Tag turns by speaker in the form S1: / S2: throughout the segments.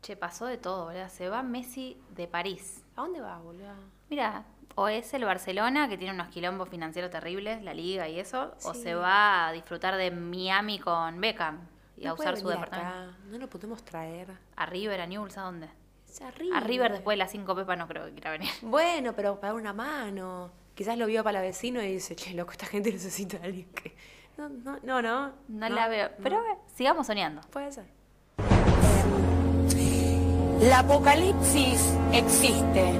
S1: Che, pasó de todo, ¿verdad? Se va Messi de París.
S2: ¿A dónde va, boludo?
S1: Mira, o es el Barcelona, que tiene unos quilombos financieros terribles, la liga y eso, o
S2: Sí.
S1: se va a disfrutar de Miami con Beckham y a
S2: No puede
S1: usar su
S2: venir
S1: departamento.
S2: acá, No lo podemos traer.
S1: A River, a Newell's, ¿a dónde?
S2: Es a River.
S1: A River después de las cinco pepas no creo que quiera venir.
S2: Bueno, pero para una mano. Quizás lo vio para la vecino y dice, che, loco, esta gente necesita a alguien que... No, no, no. No,
S1: No, la veo. Pero eh, sigamos soñando.
S2: Puede ser.
S3: La apocalipsis existe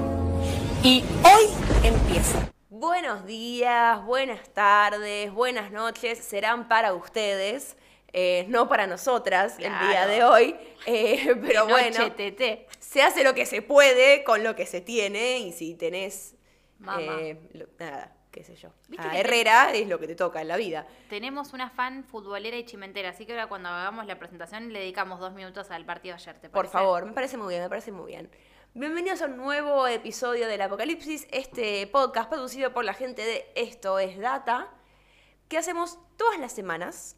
S3: y hoy empieza.
S2: Buenos días, buenas tardes, buenas noches. Serán para ustedes, eh, no para nosotras el día
S1: Claro.
S2: de hoy. eh, pero
S1: De noche,
S2: bueno,
S1: teté.
S2: se hace lo que se puede con lo que se tiene y si tenés...
S1: Mamá.
S2: eh, lo- nada, qué sé yo.
S1: Viste
S2: A
S1: que te-
S2: Herrera es lo que te toca en la vida.
S1: Tenemos una fan futbolera y chimentera, así que ahora cuando hagamos la presentación le dedicamos dos minutos al partido de ayer, ¿te
S2: Por
S1: parece?
S2: favor, me parece muy bien, me parece muy bien. Bienvenidos a un nuevo episodio del Apocalipsis, este podcast producido por la gente de Esto es Data, que hacemos todas las semanas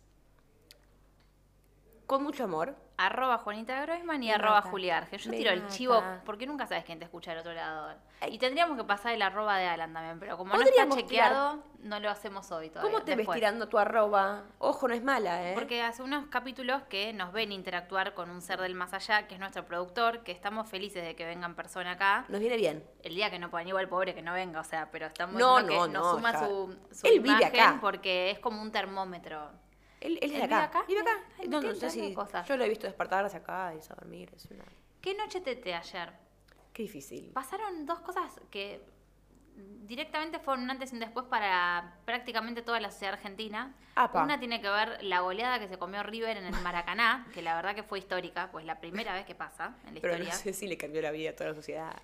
S2: con mucho amor.
S1: Arroba Juanita Groisman y
S2: Me
S1: arroba
S2: mata.
S1: Juli Arge. Yo
S2: Me
S1: tiro el
S2: mata.
S1: chivo porque nunca sabes quién te escucha del otro lado. Y tendríamos que pasar el arroba de Alan también, pero como no está
S2: Podríamos
S1: chequeado, no lo hacemos hoy todavía.
S2: ¿Cómo te ves
S1: después.
S2: tirando tu arroba? Ojo, no es mala, ¿eh?
S1: Porque hace unos capítulos que nos ven interactuar con un ser del más allá, que es nuestro productor, que estamos felices de que vengan persona acá.
S2: Nos viene bien.
S1: El día que no puedan, igual pobre que no venga, o sea, pero estamos
S2: No,
S1: diciendo que
S2: no,
S1: nos
S2: no,
S1: suma
S2: está-
S1: su, su
S2: Él vive
S1: imagen
S2: acá.
S1: porque es como un termómetro.
S2: Él, él
S1: ¿Él
S2: es de
S1: vive
S2: acá.
S1: acá?
S2: Vive acá.
S1: Ay,
S2: No,
S1: me
S2: no
S1: estoy
S2: sé si-
S1: enterando de cosas.
S2: Yo lo he visto despertarse acá, irse a dormir. Es una...
S1: ¿Qué noche tete ayer?
S2: Qué difícil.
S1: Pasaron dos cosas que directamente fueron un antes y un después para prácticamente toda la sociedad argentina.
S2: Apa.
S1: Una tiene que ver la goleada que se comió River en el Maracaná, que la verdad que fue histórica, pues la primera vez que pasa en la
S2: Pero
S1: historia.
S2: no sé si le cambió la vida a toda la sociedad.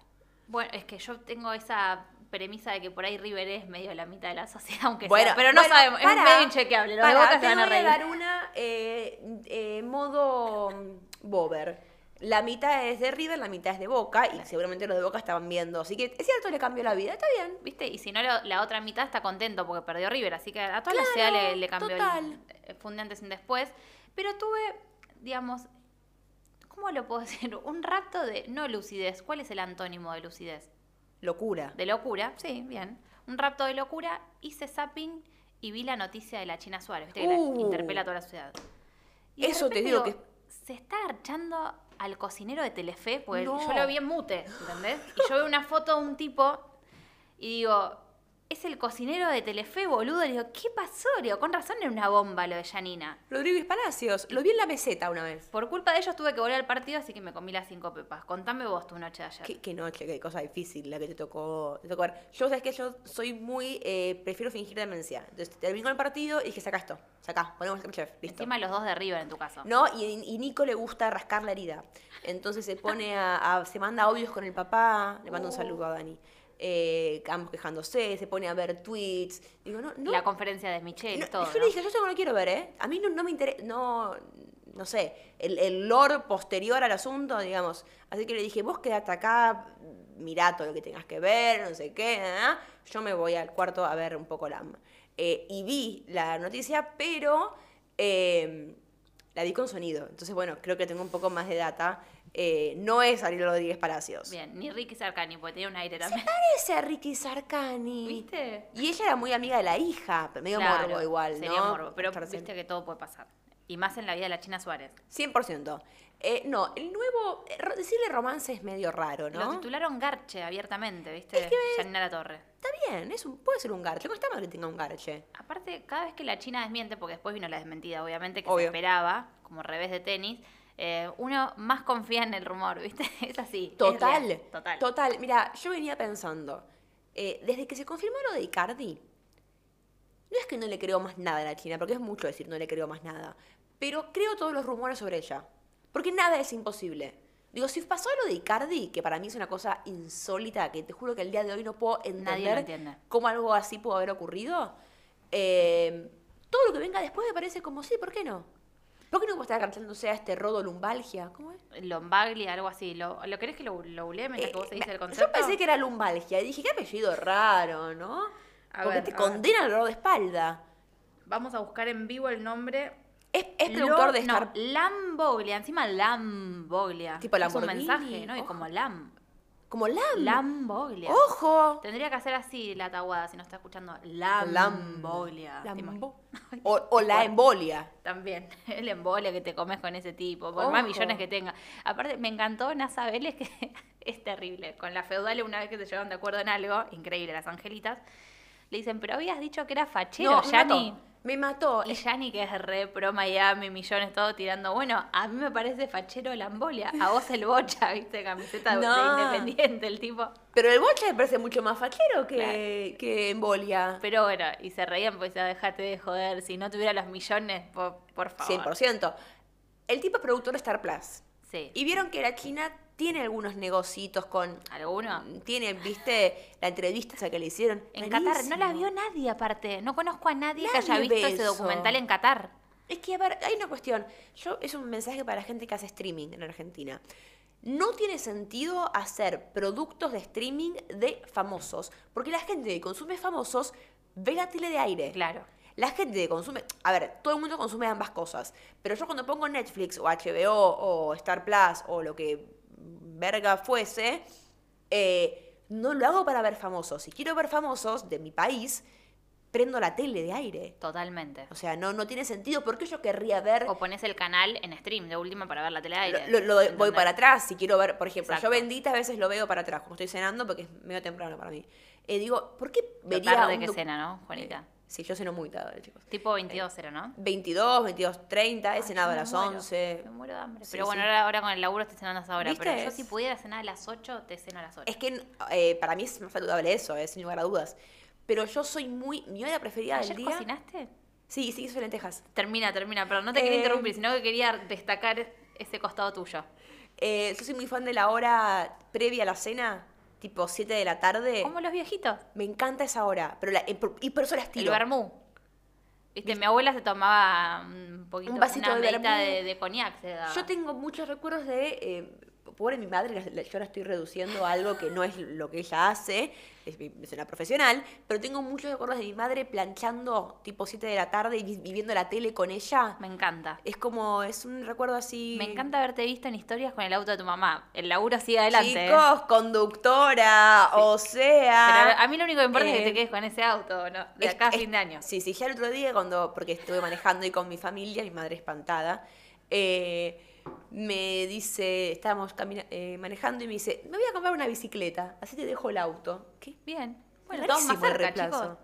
S1: Bueno, es que yo tengo esa premisa de que por ahí River es medio la mitad de la sociedad, aunque
S2: Bueno,
S1: sea. Pero no
S2: bueno,
S1: sabemos,
S2: pará,
S1: es medio inchequeable. Los de
S2: pará,
S1: Boca se
S2: te
S1: van a
S2: voy
S1: reír.
S2: dar una eh, eh, modo mm, bober. La mitad es de River, la mitad es de Boca, y seguramente los de Boca estaban viendo. Así que es cierto, le cambió la vida, está bien.
S1: ¿Viste? Y si no, lo- la otra mitad está contento porque perdió River. Así que a toda la ciudad le, le cambió
S2: total.
S1: el funde antes y un después. Pero tuve, digamos, ¿cómo lo puedo decir? Un rapto de no lucidez. ¿Cuál es el antónimo de lucidez?
S2: Locura.
S1: De locura, sí, bien. Un rapto de locura, hice zapping y vi la noticia de la China Suárez, ¿viste? Que la
S2: Uh.
S1: interpela a toda la ciudad. Y de
S2: Eso te
S1: repente
S2: digo
S1: Se está archando al cocinero de Telefe, porque
S2: No.
S1: yo lo vi en mute, ¿entendés? Y yo veo una foto de un tipo y digo, es el cocinero de Telefe, boludo. Le digo, ¿qué pasó? Le digo, con razón era una bomba lo de Yanina.
S2: Rodríguez Palacios, lo vi en la meseta una vez.
S1: Por culpa de ellos tuve que volver al partido, así que me comí las cinco pepas. Contame vos tu noche de ayer.
S2: Qué, qué noche, qué cosa difícil la que te tocó, te tocó ver. Yo, sabes que yo soy muy. eh, prefiero fingir demencia. Entonces termino el partido y dije, saca esto, saca, ponemos el chef, listo.
S1: Encima los dos de River en tu caso.
S2: ¿no? Y, y Nico le gusta rascar la herida. Entonces se pone a, a- se manda audios con el papá, le manda un saludo a Dani. Eh, ambos quejándose, se pone a ver tweets. Digo, no, no.
S1: La conferencia de Michelle,
S2: no,
S1: todo.
S2: yo
S1: ¿no?
S2: le dije, yo eso no lo quiero ver, ¿eh? A mí no, no me interesa, no, no sé, el, el lore posterior al asunto, digamos. Así que le dije, vos quedate acá, mirá todo lo que tengas que ver, no sé qué, nada, nada. yo me voy al cuarto a ver un poco la... Eh, y vi la noticia, pero eh, la vi con sonido. Entonces, bueno, creo que tengo un poco más de data. Eh, no es Ariel Rodríguez Palacios.
S1: Bien, ni Ricky Sarcani, porque tenía un aire también.
S2: Parece a Ricky Sarkani.
S1: ¿Viste?
S2: Y ella era muy amiga de la hija, pero medio
S1: Claro,
S2: morbo igual, ¿no?
S1: Sería morbo, pero
S2: Estarse-
S1: viste que todo puede pasar. Y más en la vida de la China Suárez.
S2: 100%. Eh, no, el nuevo. eh, ro- Decirle romance es medio raro,
S1: Lo
S2: ¿no?
S1: titularon Garche abiertamente, ¿viste? Janina La Torre.
S2: Está bien, es un, puede ser un garche. No está mal que tenga un garche.
S1: Aparte, cada vez que la China desmiente, porque después vino la desmentida, obviamente, que
S2: Obvio.
S1: se esperaba, como revés de tenis, eh, uno más confía en el rumor, ¿viste? Es así. es
S2: Total.
S1: real, total.
S2: Total. Mira, yo venía pensando. eh, desde que se confirmó lo de Icardi, no es que no le creo más nada a la China, porque es mucho decir no le creo más nada. Pero creo todos los rumores sobre ella. Porque nada es imposible. Digo, si pasó lo de Icardi, que para mí es una cosa insólita, que te juro que el día de hoy no puedo entender
S1: Nadie lo entiende.
S2: cómo algo así pudo haber ocurrido, eh, todo lo que venga después me parece como, sí, ¿por qué no? ¿Por qué no puede estar cantándose a este rodo lumbalgia? ¿Cómo es?
S1: Lombagli, algo así. ¿Lo, lo querés que lo, lo googleé mientras
S2: Eh,
S1: que vos seguís
S2: me-
S1: el concepto?
S2: Yo pensé que era lumbalgia y dije, qué apellido raro, ¿no?
S1: A
S2: Porque
S1: ver,
S2: te
S1: a ver.
S2: condena el dolor de espalda.
S1: Vamos a buscar en vivo el nombre
S2: Es, es productor
S1: Lord-
S2: de Star
S1: No, Lamboglia, encima Lamboglia.
S2: Tipo
S1: Es un
S2: Lamborghini,
S1: mensaje, ¿no? Y
S2: ojo.
S1: como Lam.
S2: Como Lam.
S1: Lamboglia.
S2: ¡Ojo!
S1: Tendría que hacer así la taguada si no está escuchando.
S2: Lam-
S1: Lamboglia. ¿te imaginas?
S2: Lambo- O, o la embolia.
S1: También, el embolia que te comes con ese tipo, por más
S2: Ojo.
S1: millones que tenga. Aparte, me encantó Nasa Vélez, que es terrible. Con la feudales, una vez que se llevaron de acuerdo en algo, increíble, las angelitas, le dicen, pero habías dicho que era fachero,
S2: me
S1: Yanni.
S2: mató. Me mató.
S1: Y Yanni, que es re pro Miami, millones, todo tirando. Bueno, a mí me parece fachero la embolia, a vos el bocha, ¿viste? Camiseta de-
S2: No.
S1: de independiente, el tipo.
S2: Pero el bocha me parece mucho más fachero que, que embolia.
S1: Pero bueno, y se reían, pues ya dejate de joder, si no tuviera los millones, por, por favor.
S2: 100%. El tipo es productor de Star Plus.
S1: Sí.
S2: Y vieron que la China tiene algunos negocitos con...
S1: ¿Alguno?
S2: Tiene, viste, la entrevista esa que le hicieron.
S1: Ah, En Qatar
S2: Malísimo.
S1: no la vio nadie aparte. No conozco a nadie, que
S2: Nadie
S1: haya visto
S2: ve
S1: ese
S2: eso.
S1: documental en Qatar.
S2: Es que, a ver, hay una cuestión. Yo, es un mensaje para la gente que hace streaming en Argentina. No tiene sentido hacer productos de streaming de famosos, porque la gente que consume famosos ve la tele de aire.
S1: Claro.
S2: La gente que consume, a ver, todo el mundo consume ambas cosas, pero yo cuando pongo Netflix o HBO o Star Plus o lo que verga fuese, eh, no lo hago para ver famosos. Si quiero ver famosos de mi país, prendo la tele de aire.
S1: Totalmente.
S2: O sea, no, no tiene sentido. ¿Por qué yo querría ver
S1: O pones el canal en stream de última para ver la tele de
S2: lo,
S1: aire.
S2: lo- lo doy- voy
S1: ¿entendés?
S2: para atrás si quiero ver, por ejemplo,
S1: Exacto.
S2: yo bendita a veces lo veo para atrás, como estoy cenando porque es medio temprano para mí. Eh, digo, ¿por qué
S1: Lo
S2: vería
S1: tarde
S2: un
S1: que
S2: doc- Eh,
S1: cena, ¿no, Juanita?
S2: Sí, yo ceno muy tarde, chicos.
S1: Tipo 22 era, ¿no?
S2: 22, 22, 30, he cenado a
S1: Yo me
S2: las
S1: muero,
S2: 11.
S1: Me muero de hambre.
S2: Sí,
S1: Pero bueno,
S2: sí.
S1: ahora, ahora con el laburo estoy cenando a esa hora. Pero
S2: ¿Viste?
S1: yo si pudiera cenar a las 8, te ceno a las 8.
S2: Es que eh, para mí es más saludable eso, eh, sin lugar a dudas. Pero yo soy muy, mi hora preferida
S1: ¿Ayer
S2: del día.
S1: cocinaste?
S2: Sí, sí, soy lentejas.
S1: Termina, termina. Pero no te quería
S2: Eh,
S1: interrumpir, sino que quería destacar ese costado tuyo.
S2: Eh, yo soy muy fan de la hora previa a la cena, tipo 7 de la tarde.
S1: Como los viejitos.
S2: Me encanta esa hora, pero la, y por- y por eso las
S1: El
S2: tiro.
S1: vermú. Viste, mi abuela se tomaba un poquito,
S2: Un vasito
S1: una
S2: de
S1: medita
S2: vermú.
S1: de, de coñac se daba.
S2: Yo tengo muchos recuerdos de. eh, pobre mi madre, la- la- yo la estoy reduciendo a algo que no es lo que ella hace, es, mi- es una profesional, pero tengo muchos recuerdos de mi madre planchando tipo 7 de la tarde y vi- y viendo la tele con ella.
S1: Me encanta.
S2: Es como, es un recuerdo así.
S1: Me encanta haberte visto en historias con el auto de tu mamá. El laburo sigue adelante. ¿eh?
S2: Chicos, conductora, o sea.
S1: Pero a mí lo único que importa es que
S2: eh,
S1: te quedes con ese auto, ¿no? De
S2: es-
S1: acá a
S2: es-
S1: fin de año.
S2: Sí, sí, ya el otro día cuando, porque estuve manejando y con mi familia, mi madre espantada, eh, me dice, estábamos camina- eh, manejando y me dice, me voy a comprar una bicicleta, así te dejo el auto. ¿Qué?
S1: Bien. Bueno, todos
S2: Rarísimo
S1: más
S2: el
S1: cerca,
S2: reemplazo.
S1: chicos.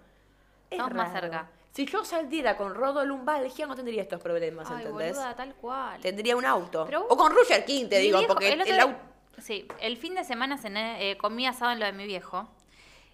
S2: Es
S1: Todos más
S2: raro.
S1: cerca.
S2: Si yo saliera con rodolumbalgia no tendría estos problemas,
S1: Ay,
S2: ¿entendés?
S1: boluda, tal cual.
S2: Tendría un auto.
S1: Pero vos-
S2: o con Roger King, te
S1: Mi
S2: digo,
S1: viejo,
S2: porque el,
S1: otro día-
S2: auto...
S1: Sí, el fin de semana cené, eh, comí asado en lo de mi viejo.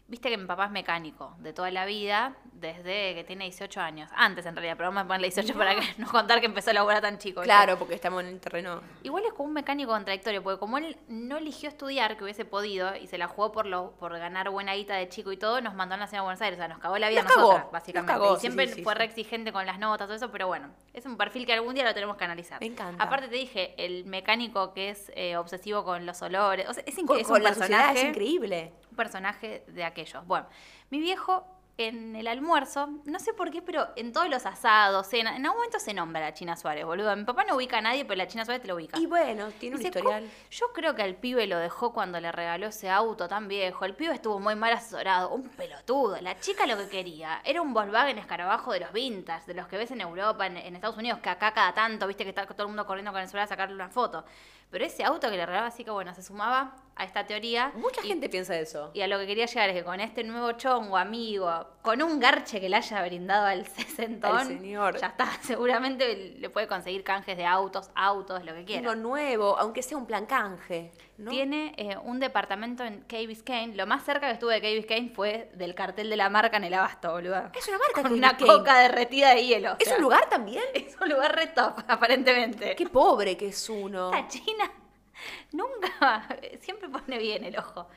S1: Viste que mi papá es mecánico de toda la vida, desde que tiene 18 años. Antes, en realidad, pero vamos a ponerle 18 para que, no contar que empezó a laburar tan chico. ¿viste?
S2: Claro, porque estamos en el terreno...
S1: Igual es como un mecánico contradictorio, porque como él no eligió estudiar, que hubiese podido, y se la jugó por lo, por ganar buena guita de chico y todo, nos mandó a la ciudad de Buenos Aires. O sea, nos cagó la vida a
S2: Nos cagó,
S1: nosotras, básicamente.
S2: nos cagó,
S1: y
S2: sí,
S1: siempre
S2: sí, sí,
S1: fue
S2: sí.
S1: re exigente con las notas, todo eso, pero bueno, es un perfil que algún día lo tenemos que analizar.
S2: Me encanta.
S1: Aparte te dije, el mecánico que es eh, obsesivo con los olores, o sea, es, inc-
S2: Con,
S1: es
S2: con
S1: un
S2: la sociedad es
S1: personaje
S2: increíble.
S1: un personaje de aquellos. Bueno, mi viejo en el almuerzo, no sé por qué, pero en todos los asados, cena, en algún momento se nombra la China Suárez, boludo. Mi papá no ubica a nadie, pero la China Suárez te lo ubica.
S2: Y bueno, tiene un
S1: Dice,
S2: historial.
S1: "¿Cómo? Yo creo que al pibe lo dejó cuando le regaló ese auto tan viejo. El pibe estuvo muy mal asesorado, un pelotudo. La chica lo que quería era un Volkswagen escarabajo de los vintage, de los que ves en Europa, en, en Estados Unidos, que acá cada tanto, viste que está todo el mundo corriendo con el celular a sacarle una foto. Pero ese auto que le regalaba, así que bueno, se sumaba a esta teoría.
S2: Mucha
S1: y-
S2: gente piensa eso.
S1: y a lo que quería llegar es que con este nuevo chongo, amigo, con un garche que le haya brindado al sesentón,
S2: Al señor.
S1: ya está, seguramente le puede conseguir canjes de autos, autos, lo que quiera.
S2: Uno nuevo, aunque sea un plan canje. ¿no?
S1: Tiene eh, un departamento en Cay Biscayne. Lo más cerca que estuve de Cay Biscayne fue del cartel de la marca en el abasto, boludo.
S2: Es una marca
S1: Con
S2: Cay
S1: una
S2: Biscayne.
S1: coca derretida de hielo. o
S2: ¿Es
S1: sea,
S2: un lugar también?
S1: Es un lugar re top, aparentemente.
S2: Qué pobre que es uno.
S1: Esta China nunca, siempre pone bien el ojo.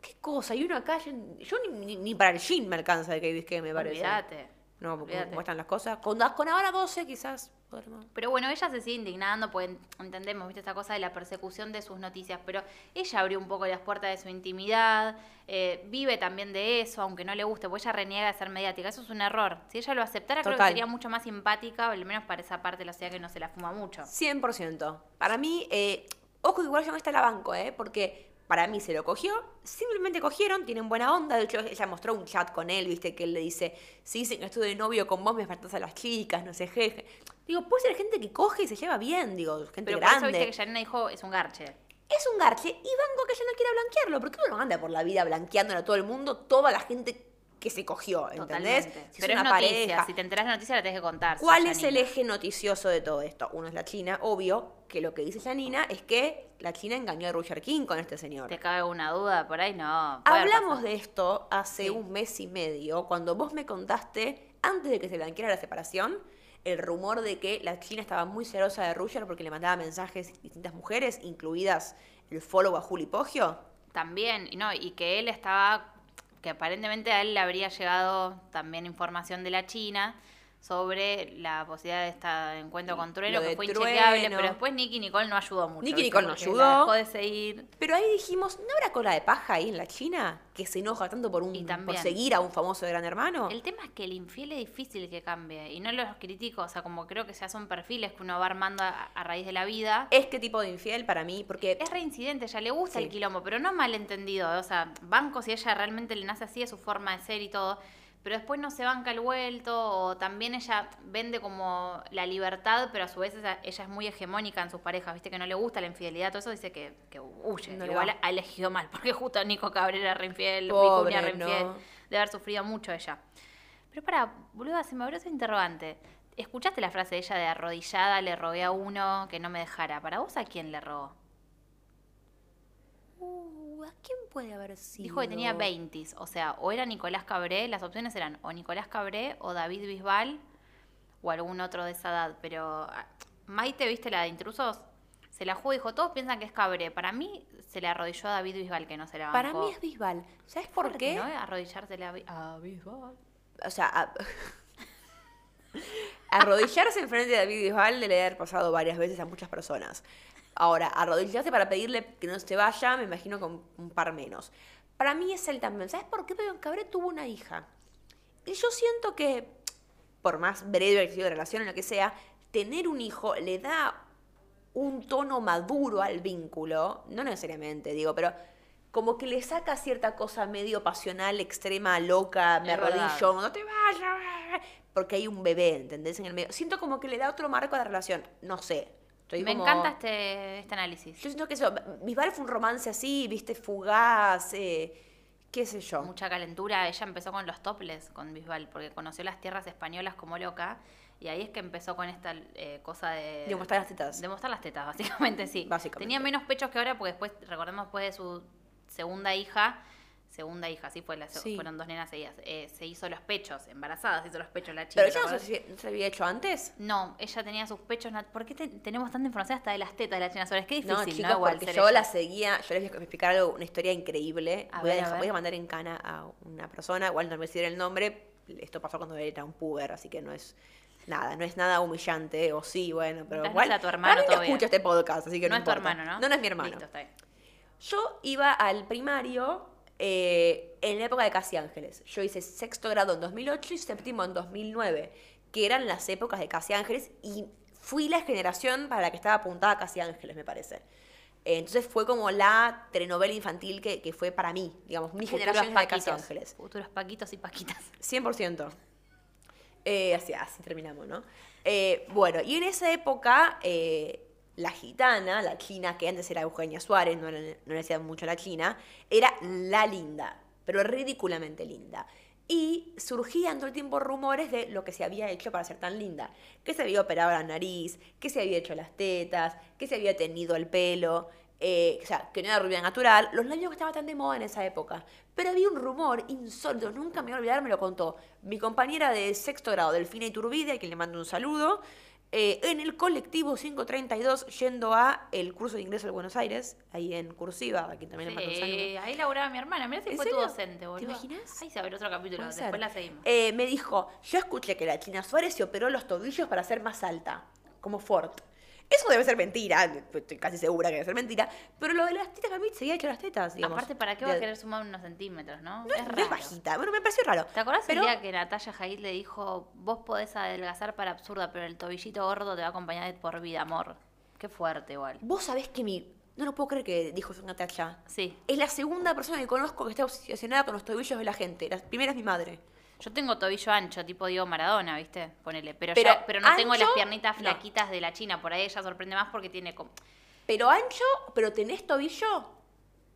S2: Qué cosa. Y uno acá, yo, yo ni, ni- ni para el gym me alcanza de que me parece.
S1: Olvídate.
S2: No, porque
S1: olvídate.
S2: muestran las cosas. Con, con ahora 12 quizás Poderman.
S1: Pero bueno, ella se sigue indignando, pues entendemos, viste, esta cosa de la persecución de sus noticias, pero ella abrió un poco las puertas de su intimidad, eh, vive también de eso, aunque no le guste, pues ella reniega de ser mediática, eso es un error. Si ella lo aceptara, creo
S2: Total.
S1: que sería mucho más simpática, o al menos para esa parte de la ciudad que no se la fuma mucho.
S2: 100%. Para mí, eh, ojo que igual yo no está la banco, ¿eh? Porque para mí se lo cogió, simplemente cogieron, tienen buena onda. De hecho, ella mostró un chat con él, ¿viste? Que él le dice, si dicen que estuve de novio con vos, me faltás a las chicas, no sé, jeje. Digo, puede ser gente que coge y se lleva bien, digo, gente
S1: Pero por eso
S2: grande.
S1: viste que Janina dijo, es un garche.
S2: Es un garche y banco que ella no quiera blanquearlo, porque uno no anda por la vida blanqueándole a todo el mundo, toda la gente que se cogió, ¿entendés?
S1: Totalmente.
S2: Si
S1: pero es noticia, si te enterás de la noticia la tenés que contar. si
S2: ¿Cuál
S1: sos
S2: es el
S1: Janina.
S2: eje noticioso de todo esto? Uno es la China, obvio, que lo que dice Janina es que la China engañó a Roger King con este señor.
S1: ¿Te cabe alguna duda por ahí? No. puede haber
S2: Hablamos
S1: pasado.
S2: de esto hace
S1: Sí.
S2: un mes y medio, cuando vos me contaste, antes de que se blanqueara la separación, el rumor de que la China estaba muy celosa de Roger porque le mandaba mensajes a distintas mujeres, incluidas el follow a Juli Poggio.
S1: También, y no, y que él estaba, que aparentemente a él le habría llegado también información de la China sobre la posibilidad de este encuentro con Trueno,
S2: Lo
S1: que
S2: de
S1: fue
S2: Trueno.
S1: inchequeable, pero después Nicky Nicole no ayudó mucho.
S2: Nicki
S1: ¿viste?
S2: Nicole no
S1: Porque
S2: ayudó.
S1: la dejó de seguir.
S2: Pero ahí dijimos, ¿no habrá cola de paja ahí en la China que se enoja tanto por, un,
S1: Y
S2: por
S1: también.
S2: seguir a un famoso de Gran Hermano?
S1: El tema es que el infiel es difícil que cambie, y no los critico, o sea, como creo que se hacen perfiles que uno va armando a, a raíz de la vida.
S2: Este tipo de infiel para mí, porque
S1: Es reincidente, ya le gusta
S2: Sí.
S1: el quilombo, pero no malentendido. O sea, banco si ella realmente le nace así, es su forma de ser y todo. Pero después no se banca el vuelto, o también ella vende como la libertad, pero a su vez esa- ella es muy hegemónica en sus parejas, viste que no le gusta la infidelidad, todo eso dice que, que huye.
S2: No le
S1: Igual
S2: va.
S1: ha elegido mal, porque justo Nico Cabrera re infiel,
S2: Pobre,
S1: Vicuña re infiel,
S2: no.
S1: de haber sufrido mucho ella. Pero para, boluda, se me abrió ese interrogante. ¿Escuchaste la frase de ella de arrodillada, le rogué a uno que no me dejara? ¿Para vos a quién le robó?
S2: Uh, ¿A quién puede haber sido?
S1: Dijo que tenía 20, o sea, o era Nicolás Cabré, las opciones eran o Nicolás Cabré o David Bisbal o algún otro de esa edad, pero ah, Maite, ¿viste la de intrusos? Se la jugó, dijo, todos piensan que es Cabré, para mí se le arrodilló a David Bisbal que no se la
S2: Para
S1: bancó.
S2: mí es Bisbal. ¿Sabes por
S1: Fuerte,
S2: qué?
S1: ¿no? Arrodillársele a, Bi- a Bisbal.
S2: O sea, a- arrodillarse enfrente de David Bisbal le debe haber pasado varias veces a muchas personas. Ahora, arrodillarse para pedirle que no se vaya, me imagino con un par menos. Para mí es él también. ¿Sabes por qué? Porque Cabré tuvo una hija. Y yo siento que, por más breve que sea la relación o lo que sea, tener un hijo le da un tono maduro al vínculo, no necesariamente, digo, pero como que le saca cierta cosa medio pasional, extrema, loca, me
S1: Es verdad.
S2: arrodillo, no te vayas, porque hay un bebé, ¿entendés? En el medio. Siento como que le da otro marco a la relación, no sé. Estoy
S1: Me
S2: como-
S1: encanta este, este análisis.
S2: Yo siento que eso, Bisbal fue un romance así, viste, fugaz, eh, qué sé yo.
S1: mucha calentura. Ella empezó con los toples con Bisbal, porque conoció las tierras españolas como loca. Y ahí es que empezó con esta eh, cosa de...
S2: De mostrar las tetas.
S1: De mostrar las tetas, básicamente, sí.
S2: Básicamente.
S1: Tenía menos pechos que ahora, porque después, recordemos, después de su segunda hija, segunda hija, sí, fue la, se-
S2: Sí.
S1: fueron dos nenas seguidas, eh, se hizo los pechos, embarazadas, se hizo los pechos la chica.
S2: Pero ella no
S1: ¿te
S2: se,
S1: acordás?
S2: no se había hecho antes.
S1: No, ella tenía sus pechos... nat- ¿Por qué te- tenemos tanta información hasta de las tetas de la China Suárez? Qué difícil,
S2: No,
S1: ¿no?
S2: chicos,
S1: Igual
S2: porque
S1: ser
S2: yo
S1: ella.
S2: la seguía, yo les voy a explicar algo, una historia increíble.
S1: A
S2: voy, a
S1: ver, a
S2: dejar-
S1: ver.
S2: voy a mandar en cana a una persona, igual no me decir el nombre, esto pasó cuando era un puber, así que no es nada, no es nada humillante, o sí, bueno,
S1: Mientras
S2: pero
S1: no
S2: igual.
S1: sea tu hermano,
S2: para mí no
S1: todo bien.
S2: escucha este podcast, así que no,
S1: No es tu
S2: importa.
S1: hermano, ¿no?
S2: No, no es mi hermano.
S1: Listo, está bien.
S2: Yo iba al primario eh, en la época de Casi Ángeles. Yo hice sexto grado en 2008 y séptimo en 2009, que eran las épocas de Casi Ángeles y fui la generación para la que estaba apuntada Casi Ángeles, me parece. Eh, Entonces fue como la telenovela infantil que, que fue para mí, digamos, mi generación es la de Casi Ángeles.
S1: Futuros paquitos y paquitas.
S2: 100%. Eh, así, así terminamos, ¿no? Eh, bueno, y en esa época, eh, la gitana, la china, que antes era Eugenia Suárez, no, le- no le decían mucho a la china, era la linda, pero ridículamente linda. Y surgían todo el tiempo rumores de lo que se había hecho para ser tan linda. Que se había operado la nariz, que se había hecho las tetas, que se había tenido el pelo, eh, o sea, que no era rubia natural, los labios que estaban tan de moda en esa época. Pero había un rumor insólito, nunca me voy a olvidar, me lo contó mi compañera de sexto grado, Delfina Iturbide, a quien le mando un saludo, eh, en el colectivo 532 yendo a el curso de ingreso de Buenos Aires, ahí en cursiva, a quien también le mando un saludo.
S1: Sí, ahí laburaba mi hermana. Mirá si
S2: ¿En
S1: fue tu
S2: serio?
S1: docente,
S2: ¿Te
S1: boludo.
S2: imaginas?
S1: Ahí se abre otro capítulo,
S2: Puede
S1: después
S2: ser.
S1: la seguimos.
S2: Eh, me dijo, yo escuché que la China Suárez se operó los tobillos para ser más alta. como Ford. Eso debe ser mentira, estoy casi segura que debe ser mentira, pero lo de las tetas a mí seguía hecho las tetas, digamos.
S1: Aparte, ¿para qué va a
S2: De-
S1: querer sumar unos centímetros, no?
S2: No es, no es bajita, bueno, me pareció raro.
S1: ¿Te acuerdas
S2: pero,
S1: el día que Natalia Jaid le dijo, vos podés adelgazar para absurda, pero el tobillito gordo te va a acompañar de por vida, amor? Qué fuerte igual.
S2: Vos sabés que mi... No lo puedo creer que dijo eso Natalia.
S1: Sí.
S2: Es la segunda persona que conozco que está obsesionada con los tobillos de la gente. La primera es mi madre.
S1: Yo tengo tobillo ancho, tipo Diego Maradona, ¿viste? Ponele. Pero,
S2: Pero
S1: ya- pero no tengo
S2: ancho,
S1: las piernitas
S2: no.
S1: flaquitas de la China. Por ahí ella sorprende más porque tiene como...
S2: Pero ancho, pero tenés tobillo.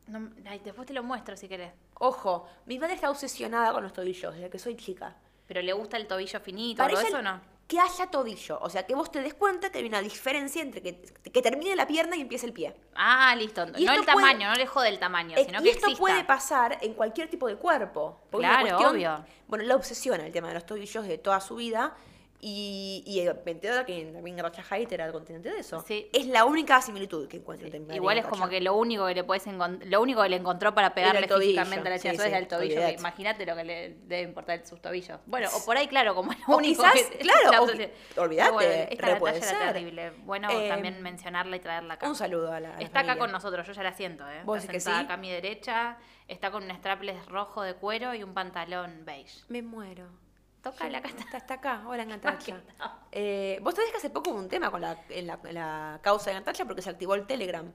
S1: No, ay, después te lo muestro si querés.
S2: Ojo, mi madre está obsesionada con los tobillos desde que soy chica.
S1: Pero le gusta el tobillo finito,
S2: Para
S1: ¿todo
S2: ella,
S1: eso o no?
S2: Que haya tobillo. O sea, que vos te des cuenta que hay una diferencia entre que, que termine la pierna y empiece el pie.
S1: Ah, listo.
S2: Y
S1: No el
S2: esto puede-
S1: tamaño, no le jode el tamaño,
S2: Eh,
S1: sino
S2: y
S1: que
S2: esto
S1: exista.
S2: puede pasar en cualquier tipo de cuerpo. porque es una
S1: Claro, obvio.
S2: Bueno, la obsesiona el tema de los tobillos de toda su vida. Y, y el vendedor que también Racha Haidt era contente de eso.
S1: Sí.
S2: Es la única similitud que encuentro entre mi madre y
S1: Igual es
S2: Natalia.
S1: como que lo único que le puedes encon- lo único que le encontró para pegarle
S2: tobillo,
S1: físicamente a la
S2: sí,
S1: chica
S2: sí,
S1: era el tobillo. que
S2: olvidate.
S1: Imagínate lo que le debe importar sus tobillos. Bueno, o por ahí, claro, como lo
S2: O
S1: único
S2: quizás,
S1: que-
S2: claro,
S1: la
S2: o
S1: obsesión.
S2: qui- olvidate,
S1: Pero bueno, Esta
S2: re
S1: batalla
S2: puede
S1: era
S2: ser.
S1: terrible. Bueno
S2: Eh,
S1: también mencionarla y traerla acá.
S2: Un saludo a la. a la
S1: Está acá
S2: familia.
S1: con nosotros, yo ya la siento, ¿eh?
S2: ¿Vos
S1: está
S2: decís que
S1: sentada
S2: sí?
S1: acá a mi derecha, está con un strapless rojo de cuero y un pantalón beige.
S2: Me muero.
S1: Tócala, acá está.
S2: Está, está acá, hola Natalia.
S1: Más que nada.
S2: Eh, Vos sabés que hace poco hubo un tema con la, en la, en la causa de Natalia porque se activó el Telegram.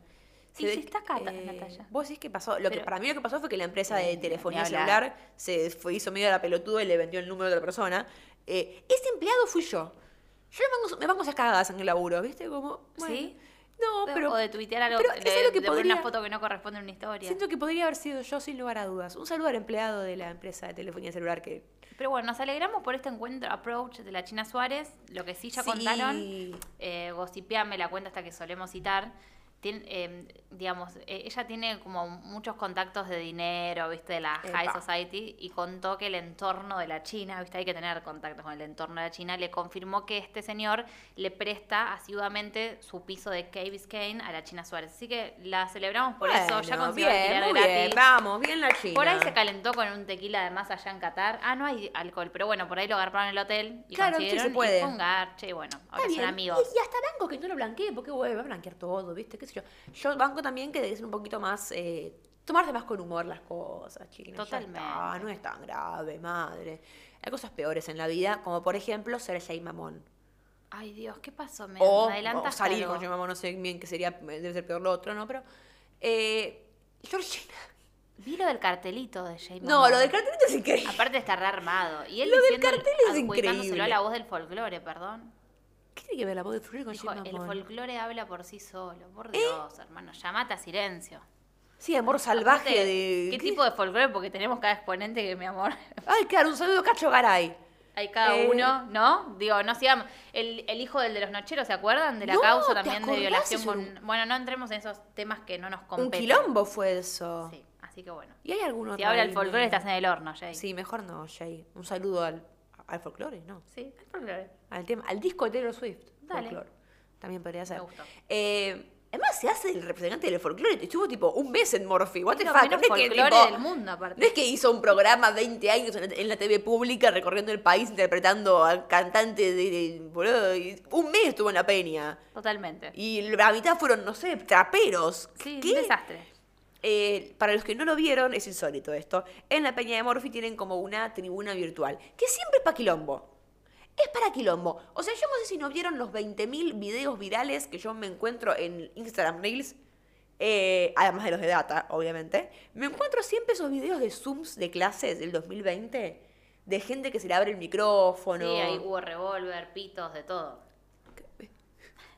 S1: Y
S2: ve
S1: sí está acá,
S2: que,
S1: Natalia.
S2: Vos decís que pasó. Lo que,
S1: Pero-
S2: para mí lo que pasó fue que la empresa de
S1: Mm,
S2: telefonía
S1: ni hablar.
S2: celular se fue, hizo medio de la pelotuda y le vendió el número de la persona. Eh, ese empleado fui yo. Yo me banco, me banco esas cagadas en el laburo, ¿viste? Como, bueno,
S1: ¿Sí?
S2: No, pero.
S1: o de tuitear algo,
S2: pero
S1: de,
S2: es algo que
S1: de poner
S2: podría-
S1: una foto que no corresponde a una historia.
S2: Siento que podría haber sido yo sin lugar a dudas. Un saludo al empleado de la empresa de telefonía celular que
S1: Pero bueno, nos alegramos por este encuentro approach de la China Suárez. Lo que sí ya
S2: Sí.
S1: contaron, eh, Gossipeame, la cuenta hasta que solemos citar. Tien- eh, digamos, eh, ella tiene como muchos contactos de dinero, viste, de la High
S2: Epa.
S1: Society, y contó que el entorno de la China, viste, hay que tener contactos con el entorno de la China, le confirmó que este señor le presta asiduamente su piso de Key Biscayne a la China Suárez. Así que la celebramos por eso, ya
S2: Bueno,
S1: consiguió
S2: bien,
S1: alquiler
S2: muy bien,
S1: gratis.
S2: vamos, bien la China.
S1: Por ahí se calentó con un tequila de más allá en Qatar. Ah, no hay alcohol, pero bueno, por ahí lo agarraron en el hotel. Y
S2: Claro, sí,
S1: consiguieron,
S2: se puede.
S1: Y fue un garche, y bueno, ahora
S2: Está bien.
S1: son amigos.
S2: Y, y hasta banco que no lo blanquee, porque güey, va a blanquear todo, ¿viste? ¿Qué sé yo? Yo banco también que debe ser un poquito más. Eh, tomarse más con humor las cosas, chiquines. Ya
S1: Totalmente.
S2: está, no es tan grave, madre. Hay cosas peores en la vida, como por ejemplo ser Jay Mamón.
S1: Ay, Dios, ¿qué pasó? Me,
S2: o,
S1: me
S2: o
S1: adelantaste
S2: Oh, salir
S1: algo.
S2: con Jay Mamón, no sé bien qué sería, debe ser peor lo otro, ¿no? Pero. Eh, Georgina.
S1: Vi lo del cartelito de Jamie.
S2: No, lo del cartelito es increíble.
S1: Aparte está re armado. Y él
S2: Lo del
S1: diciendo,
S2: cartel es
S1: adjudicándoselo
S2: increíble.
S1: a la voz del folclore, perdón.
S2: ¿Qué tiene que ver la voz de Flor con
S1: Dijo,
S2: Jay
S1: el
S2: Mamón?
S1: folclore habla por sí solo. Por
S2: ¿Eh?
S1: Dios, hermano, llamate a silencio.
S2: Sí, amor salvaje
S1: Aparte,
S2: de.
S1: ¿Qué tipo de folclore? Porque tenemos cada exponente que, mi amor,
S2: Ay, claro, un saludo a Cacho Garay.
S1: Hay cada
S2: Eh,
S1: uno, ¿no? Digo, no sigamos. El, el hijo del de los nocheros, ¿se acuerdan? De la
S2: No,
S1: causa
S2: ¿te
S1: también de
S2: acordás?
S1: violación
S2: Es
S1: con.
S2: un-
S1: Bueno, no entremos en esos temas que no nos
S2: Un
S1: competen.
S2: quilombo fue eso.
S1: Sí, así que bueno.
S2: ¿Y hay alguno
S1: Si habla el folclore, estás en el horno, Jay.
S2: Sí, mejor no, Jay. Un saludo al, al folclore, ¿no?
S1: Sí, el folclore.
S2: Al, tema, al disco de Taylor Swift.
S1: Dale.
S2: folclore. También podría ser.
S1: Me gustó.
S2: Eh, además, se hace el representante del folclore. Estuvo tipo un mes en Morphy. What
S1: Es
S2: the
S1: lo
S2: fuck.
S1: menos
S2: No es que,
S1: folclore
S2: tipo,
S1: del mundo, aparte.
S2: No es que hizo un programa 20 años en la, en la TV pública recorriendo el país interpretando al cantante de. de- boludo, y un mes estuvo en la peña.
S1: Totalmente.
S2: Y la mitad fueron, no sé, traperos.
S1: Sí,
S2: ¿Qué?
S1: un desastre.
S2: Eh, para los que no lo vieron, es insólito esto. En la Peña de Morphy tienen como una tribuna virtual, que siempre es para quilombo. Es para quilombo. O sea, yo no sé si no vieron los 20.000 videos virales que yo me encuentro en Instagram Reels, eh, además de los de data, obviamente. Me encuentro siempre esos videos de Zooms de clases del 2020, de gente que se le abre el micrófono.
S1: Sí, ahí uh, hubo revólver, pitos, de todo.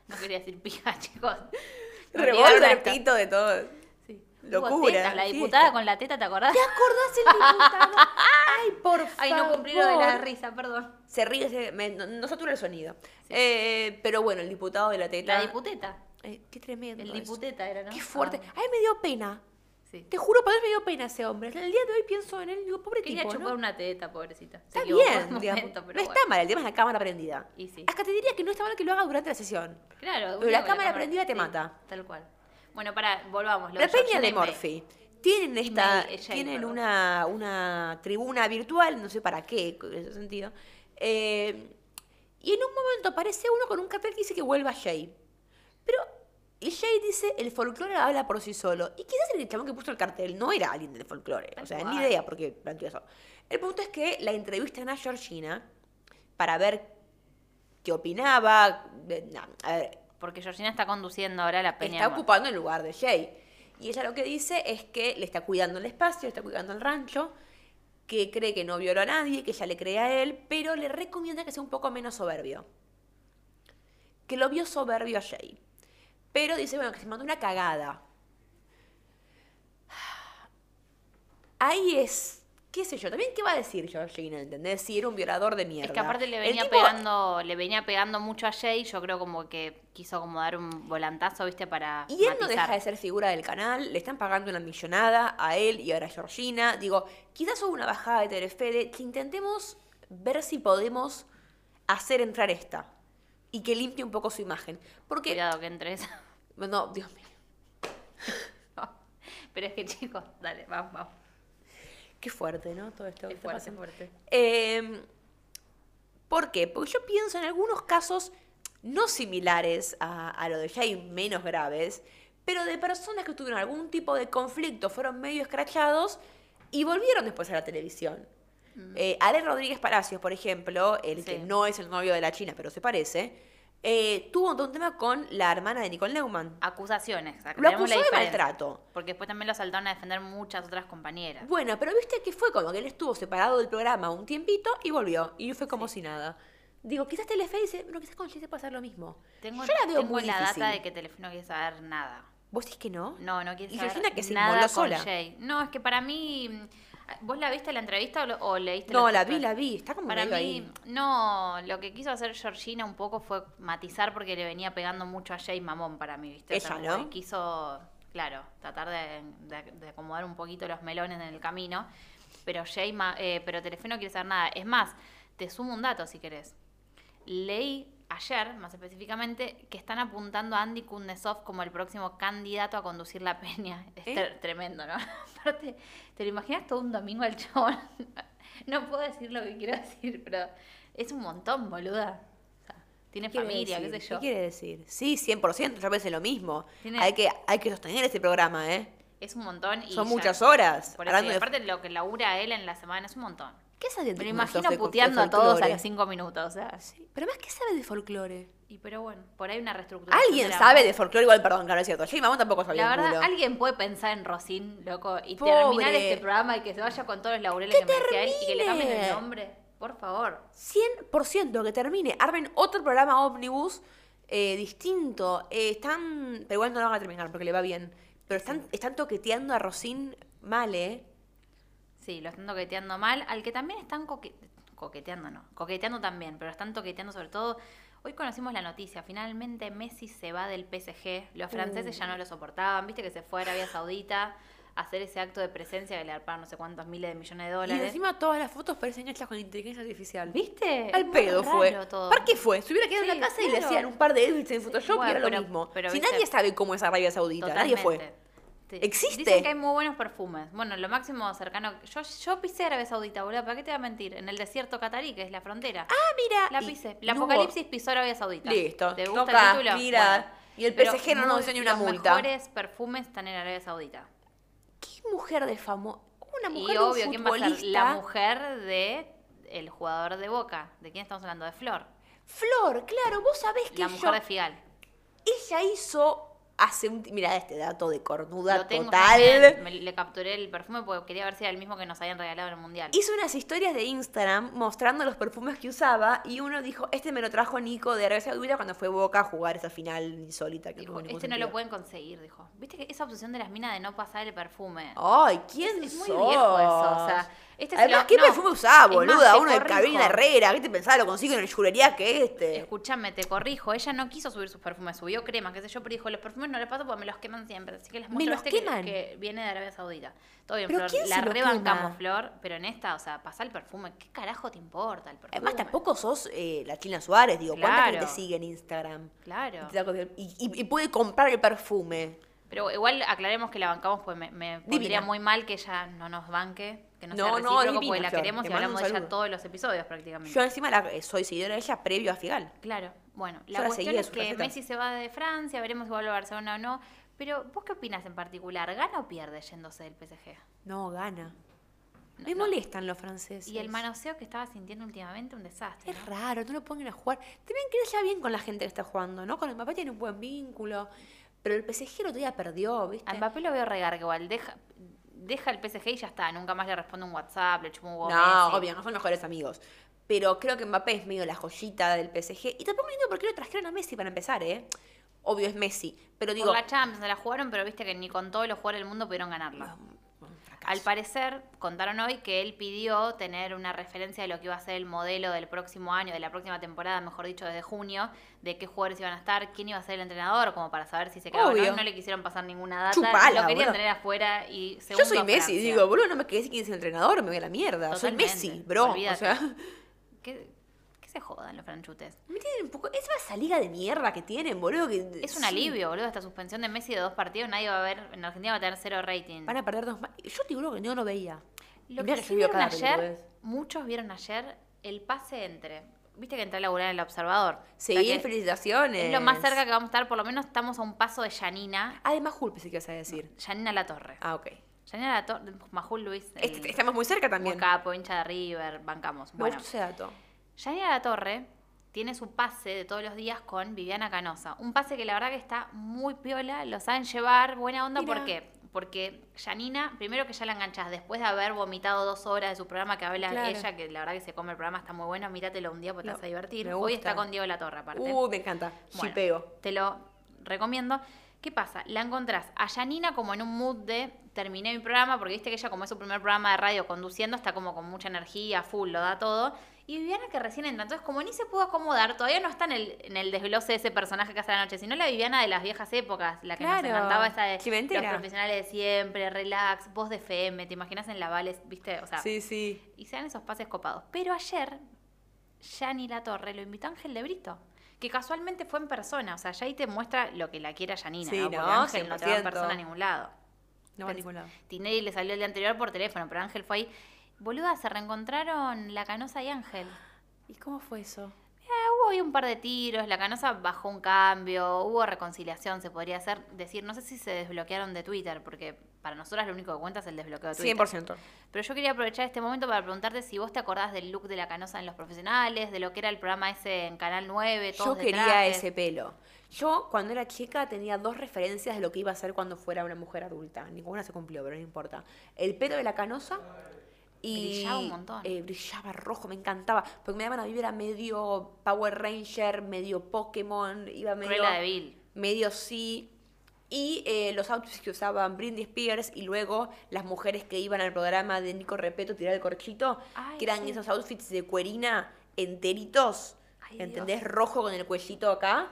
S1: No quería decir pija, chicos. Me olvidaron
S2: Revólver,
S1: esto.
S2: pito de todo.
S1: Sí. Hubo
S2: Locura,
S1: tetas, la
S2: sí,
S1: diputada
S2: está.
S1: con la teta, ¿te acordás?
S2: ¿Te acordás el diputado? Ay, por favor.
S1: Ay, no cumplí lo de la risa, perdón.
S2: Se ríe, se- me- no, no satura el sonido. Eh, pero bueno, el diputado de la teta.
S1: La diputeta.
S2: Eh, qué tremendo.
S1: El
S2: eso.
S1: diputeta era, ¿no?
S2: Qué fuerte.
S1: Ah,
S2: Ay, me dio pena.
S1: sí.
S2: Te juro, por Dios me dio pena ese hombre. El día de hoy pienso en él y digo, pobre
S1: Quería
S2: tipo,
S1: chupar
S2: ¿no?
S1: una teta, pobrecita. Se
S2: Está
S1: equivocó en
S2: bien,
S1: un
S2: digamos.
S1: momento,
S2: no
S1: pero
S2: está mal, el tema es la cámara prendida.
S1: Y sí.
S2: Hasta te diría que no está mal que lo haga durante la sesión.
S1: bueno. Claro,
S2: Pero
S1: digo,
S2: la cámara prendida te
S1: sí,
S2: mata.
S1: Tal cual. Bueno, para, volvamos. lo
S2: La peña
S1: Georgina
S2: de
S1: y May.
S2: Morphy. Tienen esta,
S1: May, eh, Jane,
S2: tienen
S1: perdón.
S2: una, una tribuna virtual, no sé para qué, en ese sentido. Eh, Y en un momento aparece uno con un cartel que dice que vuelva Jay. Pero y Jay dice, el folclore habla por sí solo. Y quizás el chabón que puso el cartel no era alguien del folclore.
S1: Tal
S2: O sea,
S1: cual.
S2: ni idea por qué planteó eso. El punto es que la entrevistan a Georgina para ver qué opinaba. de- no, a ver,
S1: Porque Georgina está conduciendo ahora la peña.
S2: está
S1: de Mon-
S2: ocupando el lugar de Jay. Y ella lo que dice es que le está cuidando el espacio, le está cuidando el rancho, que cree que no violó a nadie, que ella le cree a él, pero le recomienda que sea un poco menos soberbio. Que lo vio soberbio a Jay. Pero dice, bueno, que se mandó una cagada. Ahí es, qué sé yo, también qué va a decir Georgina, ¿entendés? Si era un violador de mierda.
S1: Es que aparte le
S2: El
S1: venía
S2: tipo-
S1: pegando, le venía pegando mucho a Jay, yo creo como que quiso como dar un volantazo, viste, para
S2: Y él no
S1: matizar.
S2: deja de ser figura del canal, le están pagando una millonada a él y ahora a Georgina. Digo, quizás hubo una bajada de Telefede, que intentemos ver si podemos hacer entrar esta y que limpie un poco su imagen. Porque,
S1: Cuidado que entre esa.
S2: no, Dios mío,
S1: Pero es que chicos, dale, vamos, vamos.
S2: qué fuerte, ¿no? Todo esto. que
S1: Es
S2: está
S1: fuerte,
S2: pasando.
S1: fuerte.
S2: Eh, ¿Por qué? Porque yo pienso en algunos casos no similares a, a lo de Jay, menos graves, pero de personas que tuvieron algún tipo de conflicto, fueron medio escrachados y volvieron después a la televisión. Eh, Ale Rodríguez Palacios, por ejemplo, el que
S1: Mm. Sí.
S2: no es el novio de la China, pero se parece, eh, tuvo todo un tema con la hermana de Nicole Neumann.
S1: Acusaciones. acá tenemos Ah,
S2: Lo
S1: la
S2: acusó de
S1: diferencia.
S2: maltrato.
S1: Porque después también lo saltaron a defender muchas otras compañeras.
S2: Bueno, pero viste que fue como que él estuvo separado del programa un tiempito y volvió. Y fue como si nada. Digo, quizás Telefe dice, bueno, quizás con Jay se puede hacer lo mismo.
S1: Tengo,
S2: Yo la veo
S1: tengo
S2: muy
S1: la
S2: difícil.
S1: data de que Teléfono quiere saber nada.
S2: ¿Vos decís que no?
S1: No, no quiere
S2: Y
S1: saber
S2: Georgina que se
S1: nada
S2: inmoló
S1: con
S2: sola.
S1: Jay. No, es que para mí... mm, ¿Vos la viste la entrevista o, este lo- o leíste
S2: No,
S1: los
S2: la vi,
S1: titulares?
S2: la vi. Está como
S1: Para mí,
S2: medio ahí.
S1: no, lo que quiso hacer Georgina un poco fue matizar porque le venía pegando mucho a Jay Mamón para mí, ¿viste?
S2: Ella,
S1: como
S2: ¿no?
S1: que Quiso, claro, tratar de, de- de acomodar un poquito los melones en el camino, pero Jay, Ma- eh, pero Telefe no quiere saber nada. Es más, te sumo un dato si querés. Leí ayer, más específicamente, que están apuntando a Andy Kundesov como el próximo candidato a conducir la peña. Es
S2: ¿Eh?
S1: tre- tremendo, ¿no? Aparte, ¿te lo imaginas todo un domingo al chabón? No puedo decir lo que quiero decir, pero es un montón, boluda. O sea, tiene
S2: ¿Qué quiere
S1: familia, qué
S2: decir?
S1: sé yo.
S2: ¿Qué quiere decir? Sí, 100%, yo pensé lo mismo.
S1: Tiene-
S2: Hay, que, hay que sostener este programa, ¿eh?
S1: Es un montón y
S2: Son
S1: ya-
S2: muchas horas.
S1: Por eso, y
S2: hablando de-
S1: aparte lo que labura él en la semana es un montón.
S2: ¿Qué sabes
S1: Me lo
S2: de Nicole
S1: imagino
S2: Neumann de fol-
S1: puteando
S2: de
S1: a todos a
S2: folclore?
S1: los cinco minutos, o sea.
S2: Sí, Pero más, ¿qué sabe de folclore?
S1: Y pero bueno, por ahí una reestructuración.
S2: Alguien
S1: de Pues, la-
S2: sabe de folclore igual, perdón, claro, es cierto. Jay Mamón tampoco sabía
S1: La
S2: un
S1: verdad,
S2: culo.
S1: alguien puede pensar en Rosín, loco, y
S2: Pobre.
S1: terminar este programa y que se vaya con todos los laureles que, merecía él y que le cambien el
S2: termine.
S1: nombre. Por favor.
S2: 100% que termine. Armen otro programa ómnibus eh, distinto. Eh, están. Pero igual no lo van a terminar porque le va bien. Pero están, están toqueteando a Rosín mal, ¿eh?
S1: Sí, lo están toqueteando mal. Al que también están coque- coqueteando, no. Coqueteando también, pero están toqueteando sobre todo. Hoy conocimos la noticia. Finalmente Messi se va del PSG. Los franceses ya no lo soportaban. Viste que se fue a Arabia Saudita a hacer ese acto de presencia que le arparon no sé cuántos miles de millones de
S2: Y
S1: dólares.
S2: encima todas las fotos parecen hechas con inteligencia artificial.
S1: eh. ¿Viste? Es
S2: Al
S1: muy
S2: pedo
S1: raro
S2: fue.
S1: todo.
S2: ¿Para qué fue? Se hubiera quedado en la
S1: Sí,
S2: casa y le
S1: claro.
S2: hacían un par de edits en Photoshop
S1: Bueno,
S2: y era lo
S1: pero-
S2: mismo.
S1: pero
S2: si
S1: viste-
S2: nadie sabe cómo es Arabia Saudita, nadie fue.
S1: Totalmente. Sí.
S2: ¿Existe?
S1: Dicen que hay muy buenos perfumes. Bueno, lo máximo cercano. Yo, yo pisé Arabia Saudita, boludo. ¿Para qué te voy a mentir? En el desierto catarí, que es la frontera.
S2: Ah, mira.
S1: La
S2: y
S1: pisé. La
S2: no hubo-
S1: Apocalipsis pisó Arabia Saudita.
S2: Listo.
S1: ¿Te gusta
S2: Toca,
S1: el título?
S2: mira. Y el
S1: pero
S2: PSG no nos
S1: muy-
S2: enseña una multa.
S1: Los mejores perfumes están en Arabia Saudita.
S2: ¿Qué mujer de famoso? Una mujer
S1: y
S2: de un
S1: obvio, ¿quién va a ser? La
S2: futbolista.
S1: mujer de el jugador de Boca. ¿De quién estamos hablando? De Flor.
S2: Flor, claro, vos sabés que
S1: La
S2: yo...
S1: mujer de Figal.
S2: Ella hizo hace un mira este dato de cornuda
S1: Lo tengo también.
S2: total.
S1: Me- le capturé el perfume porque quería ver si era el mismo que nos habían regalado en el mundial.
S2: Hizo unas historias de Instagram mostrando los perfumes que usaba y uno dijo, este me lo trajo Nico de Arabia Saudita cuando fue Boca a jugar esa final insólita que
S1: Dijo,
S2: tuvo
S1: este
S2: ningún
S1: no lo
S2: sentido".
S1: pueden conseguir, dijo. Viste que esa obsesión de las minas de no pasar el perfume.
S2: Ay, ¿quién
S1: Es- es muy
S2: sos?
S1: viejo eso, o sea, este se
S2: Además,
S1: lo-
S2: ¿qué
S1: no,
S2: perfume usaba,
S1: es más,
S2: boluda?
S1: te
S2: Uno de
S1: corrijo.
S2: Carolina Herrera, ¿qué te pensaba? Lo consigo en el chulería que este.
S1: Escúchame, te corrijo. Ella no quiso subir sus perfumes, subió cremas, qué sé yo, pero dijo, los perfumes no les paso porque me los queman siempre. Así que les
S2: ¿Me
S1: muestro
S2: los
S1: este
S2: queman?
S1: que, que viene de Arabia Saudita. Todo bien,
S2: ¿Pero
S1: Flor.
S2: quién se
S1: la
S2: lo
S1: rebancamos,
S2: quema?
S1: Flor, pero en esta, o sea, pasá el perfume. ¿Qué carajo te importa el perfume?
S2: Además, tampoco sos eh, la China Suárez, digo, ¿cuánta
S1: Claro.
S2: gente sigue en Instagram?
S1: Claro.
S2: Y, y- y puede comprar el perfume.
S1: Pero igual aclaremos que la bancamos, pues me, me pondría
S2: Divina.
S1: muy mal que ella no nos banque. que no,
S2: No,
S1: sea
S2: no,
S1: recíproco,
S2: divina,
S1: porque la
S2: Flor,
S1: queremos
S2: te
S1: y
S2: mando
S1: hablamos
S2: un
S1: de ella
S2: saludo.
S1: todos los episodios
S3: Mm.
S1: prácticamente.
S2: Yo encima la, eh, soy seguidora de ella previo a Figal.
S1: Claro, bueno,
S2: Yo
S1: la
S2: la
S1: cuestión
S2: seguía
S1: es
S2: su
S1: que
S2: faceta.
S1: Messi se va de Francia, veremos si vuelve a Barcelona o no. Pero, ¿vos qué opinas en particular? ¿Gana o pierde yéndose del PSG?
S3: No, gana.
S1: No,
S3: Me
S1: no.
S3: molestan los franceses.
S1: Y el manoseo que estaba sintiendo últimamente, un desastre.
S3: Es
S1: ¿no?
S3: raro, no lo pongan a jugar. También que ya bien con la gente que está jugando, ¿no? Con el papá tiene un buen vínculo. Pero el PSG el otro día perdió, ¿viste?
S1: A Mbappé lo veo regar igual, deja, deja el PSG y ya está, nunca más le responde un WhatsApp, le chupa un huevo a
S2: No,
S1: Messi.
S2: obvio, no son mejores amigos. Pero creo que Mbappé es medio la joyita del PSG. Y tampoco entiendo por qué lo trajeron a Messi para empezar, ¿eh? Obvio es Messi. Pero digo.
S1: Por la Champions se la jugaron, pero viste que ni con todos los jugadores del mundo pudieron ganarla.
S2: un fracaso.
S1: Al parecer, contaron hoy que él pidió tener una referencia de lo que iba a ser el modelo del próximo año, de la próxima temporada, mejor dicho, desde junio, de qué jugadores iban a estar, quién iba a ser el entrenador, como para saber si se quedaba o no.
S2: Obvio.
S1: No le quisieron pasar ninguna data,
S2: Chupala,
S1: lo querían
S2: boludo.
S1: tener afuera y
S2: Yo
S1: segundo
S2: soy
S1: a
S2: Messi,
S1: Francia.
S2: digo, boludo, no me quedé sin quién es el entrenador, me voy a la mierda.
S1: Totalmente,
S2: Soy Messi, bro.
S1: olvídate.
S2: O sea.
S1: ¿Qué, qué se jodan los franchutes?
S2: Me tienen un poco. Esa es esa liga de mierda que tienen, boludo. Que,
S1: Es un
S2: sí.
S1: alivio, boludo, esta suspensión de Messi de dos partidos, nadie va a ver, en Argentina va a tener cero rating.
S3: Van a perder dos más. Yo te juro que yo no veía.
S1: Lo
S2: Mirá
S1: que
S2: que
S1: sí
S2: yo veo
S1: vieron
S2: cada
S1: ayer,
S2: pelotudez.
S1: muchos vieron ayer el pase entre. Viste que entré a laburar en el observador.
S2: Sí,
S1: O sea que
S2: felicitaciones.
S1: es lo más cerca que vamos a estar, por lo menos estamos a un paso de Yanina.
S2: Además, Hulp pensé que ibas a decir.
S1: Yanina La Torre.
S2: Ah, ok.
S1: Yanina La Torre, Majul Luis. el-
S2: Este- estamos muy cerca
S1: muy
S2: también.
S1: capo, hincha de River, bancamos.
S2: Me
S1: Bueno,
S2: gustó ese dato.
S1: Yanina La Torre tiene su pase de todos los días con Viviana Canosa. Un pase que la verdad que está muy piola, lo saben llevar, buena onda,
S3: Mirá.
S1: ¿por qué? Porque Yanina, primero que ya la enganchás, después de haber vomitado dos horas de su programa que habla
S3: Claro.
S1: ella, que la verdad que se come el programa, está muy bueno, míratelo un día porque
S2: Lo-
S1: te vas a divertir.
S2: me
S1: Hoy
S2: gusta.
S1: está con Diego La Torre, aparte.
S2: Uy, Uh, me encanta.
S1: Bueno,
S2: Shipeo.
S1: Te lo recomiendo. ¿Qué pasa? La encontrás a Yanina como en un mood de terminé mi programa, porque viste que ella como es su primer programa de radio conduciendo, está como con mucha energía, full, lo da todo. Y Viviana que recién entra, entonces como ni se pudo acomodar, todavía no está en el, en el desglose de ese personaje que hace la noche, sino la Viviana de las viejas épocas, la que
S3: Claro,
S1: nos encantaba esa de
S2: Chimentera.
S1: los profesionales de siempre, relax, voz de FM, te imaginas en la Vales, viste, o sea,
S2: Sí, sí.
S1: y sean esos pases copados. Pero ayer, Yanni La Torre lo invitó a Ángel de Brito, que casualmente fue en persona. O sea, ya ahí te muestra lo que la quiera Yanina,
S2: Sí,
S1: ¿no? Porque
S2: no,
S1: Ángel no te va en
S2: 100%.
S1: persona a ningún lado.
S3: No va a ningún lado.
S1: Tinelli le salió el día anterior por teléfono, pero Ángel fue ahí. Boluda, se reencontraron la canosa y Ángel.
S3: ¿Y cómo fue eso?
S1: Eh, hubo ahí un par de tiros, la canosa bajó un cambio, hubo reconciliación, se podría hacer, decir, no sé si se desbloquearon de Twitter, porque para nosotras lo único que cuenta es el desbloqueo de Twitter.
S2: 100%.
S1: Pero yo quería aprovechar este momento para preguntarte si vos te acordás del look de la canosa en los profesionales, de lo que era el programa ese en Canal 9, todos
S2: Yo
S1: de
S2: quería
S1: trajes.
S2: ese pelo. Yo, cuando era chica, tenía dos referencias de lo que iba a ser cuando fuera una mujer adulta. Ninguna se cumplió, pero no importa. El pelo de la canosa y.
S1: Brillaba un montón.
S2: eh, brillaba rojo, me encantaba. Porque me daban a vivir a medio Power Ranger, medio Pokémon, iba medio.
S1: Cruella de Vil.
S2: medio sí. Y eh, los outfits que usaban Britney Spears y luego las mujeres que iban al programa de Nico Repeto tirar el corchito,
S1: Ay,
S2: que eran
S1: sí.
S2: esos outfits de cuerina enteritos,
S1: Ay,
S2: ¿entendés? Rojo con el cuellito acá.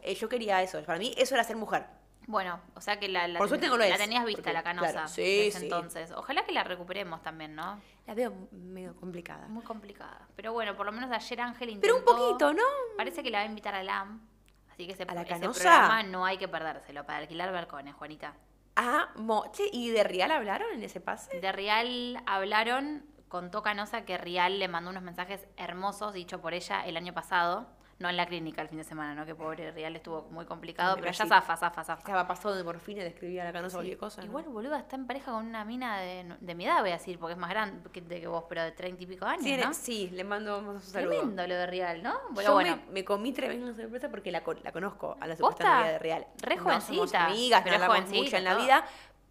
S2: Eh, yo quería eso, para mí eso era ser mujer.
S1: Bueno, o sea que la, la,
S2: Por suerte no lo
S1: la
S2: es,
S1: tenías vista,
S2: porque,
S1: la canosa,
S2: claro, sí,
S1: desde
S2: sí.
S1: entonces. Ojalá que la recuperemos también, ¿no?
S3: La veo medio complicada.
S1: Muy complicada. Pero bueno, por lo menos ayer Ángel intentó...
S2: Pero un poquito, ¿no?
S1: Parece que la va a invitar a LAM. Así que ese,
S2: ¿A la
S1: ese
S2: Canosa?
S1: programa no hay que perdérselo para alquilar balcones, Juanita.
S2: Amo. Che, ¿y de Real hablaron en ese pase?
S1: De Rial hablaron, contó Canosa que Rial le mandó unos mensajes hermosos, dicho por ella, el año pasado. No en la clínica el fin de semana, ¿no? Que pobre Rial estuvo muy complicado,
S2: Me
S1: pero ya
S2: imagino.
S1: zafa, zafa, zafa.
S2: Estaba pasado de morfina de escribir a la canosa cualquier cosa. ¿no?
S1: Igual, boluda, está en pareja con una mina de, de mi edad, voy a decir, porque es más grande que, de que vos, pero de treinta y pico años,
S2: Sí,
S1: ¿no?
S2: sí, le mando un saludo.
S1: Tremendo lo de Rial, ¿no? Bueno,
S2: Yo
S1: bueno.
S2: me, me comí tremenda sorpresa porque la, con- la conozco a la
S1: ¿Posta?
S2: supuesta novia de Real.
S1: Re
S2: no somos
S1: jovencita,
S2: amigas,
S1: pero
S2: no hablamos
S1: jovencita,
S2: mucho en la
S1: todo.
S2: vida,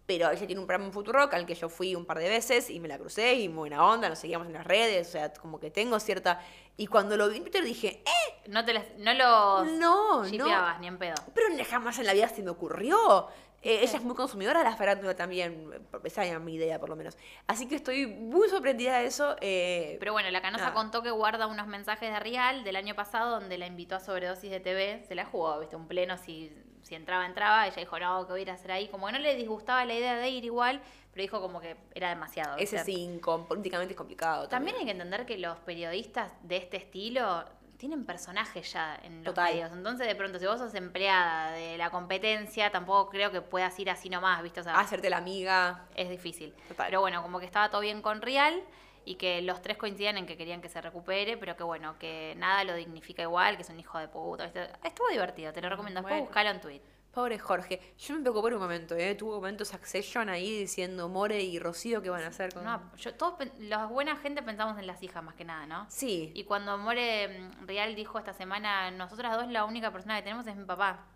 S2: pero ella tiene un programa en Futurock al que yo fui un par de veces y me la crucé y muy buena onda, nos seguíamos en las redes, o sea, como que tengo cierta... Y cuando lo vi en Twitter dije, ¡eh!
S1: No, te las- no los
S2: No,
S1: shipeabas
S2: no.
S1: ni en pedo.
S2: Pero ni- jamás en la vida se me ocurrió. Eh, ella es muy consumidora de la farándula también, esa era mi idea por lo menos. Así que estoy muy sorprendida de eso. eh,
S1: Pero bueno, la canosa
S2: Nada.
S1: contó que guarda unos mensajes de Rial del año pasado donde la invitó a sobredosis de TV, se la jugó, viste, un pleno, si, si entraba, entraba, ella dijo, no, ¿qué voy a ir a hacer ahí? Como que no le disgustaba la idea de ir igual, pero dijo como que era demasiado.
S2: ese
S1: ¿viste?
S2: sí, incom- políticamente es complicado.
S1: También hay que entender que los periodistas de este estilo tienen personajes ya en los
S2: Total.
S1: medios. Entonces, de pronto, si vos sos empleada de la competencia, tampoco creo que puedas ir así nomás, ¿viste? O sea,
S2: Hacerte la amiga.
S1: es difícil.
S2: Total.
S1: Pero bueno, como que estaba todo bien con Real y que los tres coinciden en que querían que se recupere, pero que bueno, que nada lo dignifica igual, que es un hijo de puta. ¿viste? Estuvo divertido, te lo recomiendo. Después
S2: Bueno.
S1: buscalo en Twitter.
S2: Pobre Jorge. Yo me preocupé por un momento, ¿eh? Tuvo un momento Succession ahí diciendo More y Rocío qué van a hacer con.
S1: No, yo, todos, pen- la buena gente pensamos en las hijas más que nada, ¿no?
S2: Sí.
S1: Y cuando More mm, Real dijo esta semana, nosotras dos la única persona que tenemos es mi papá.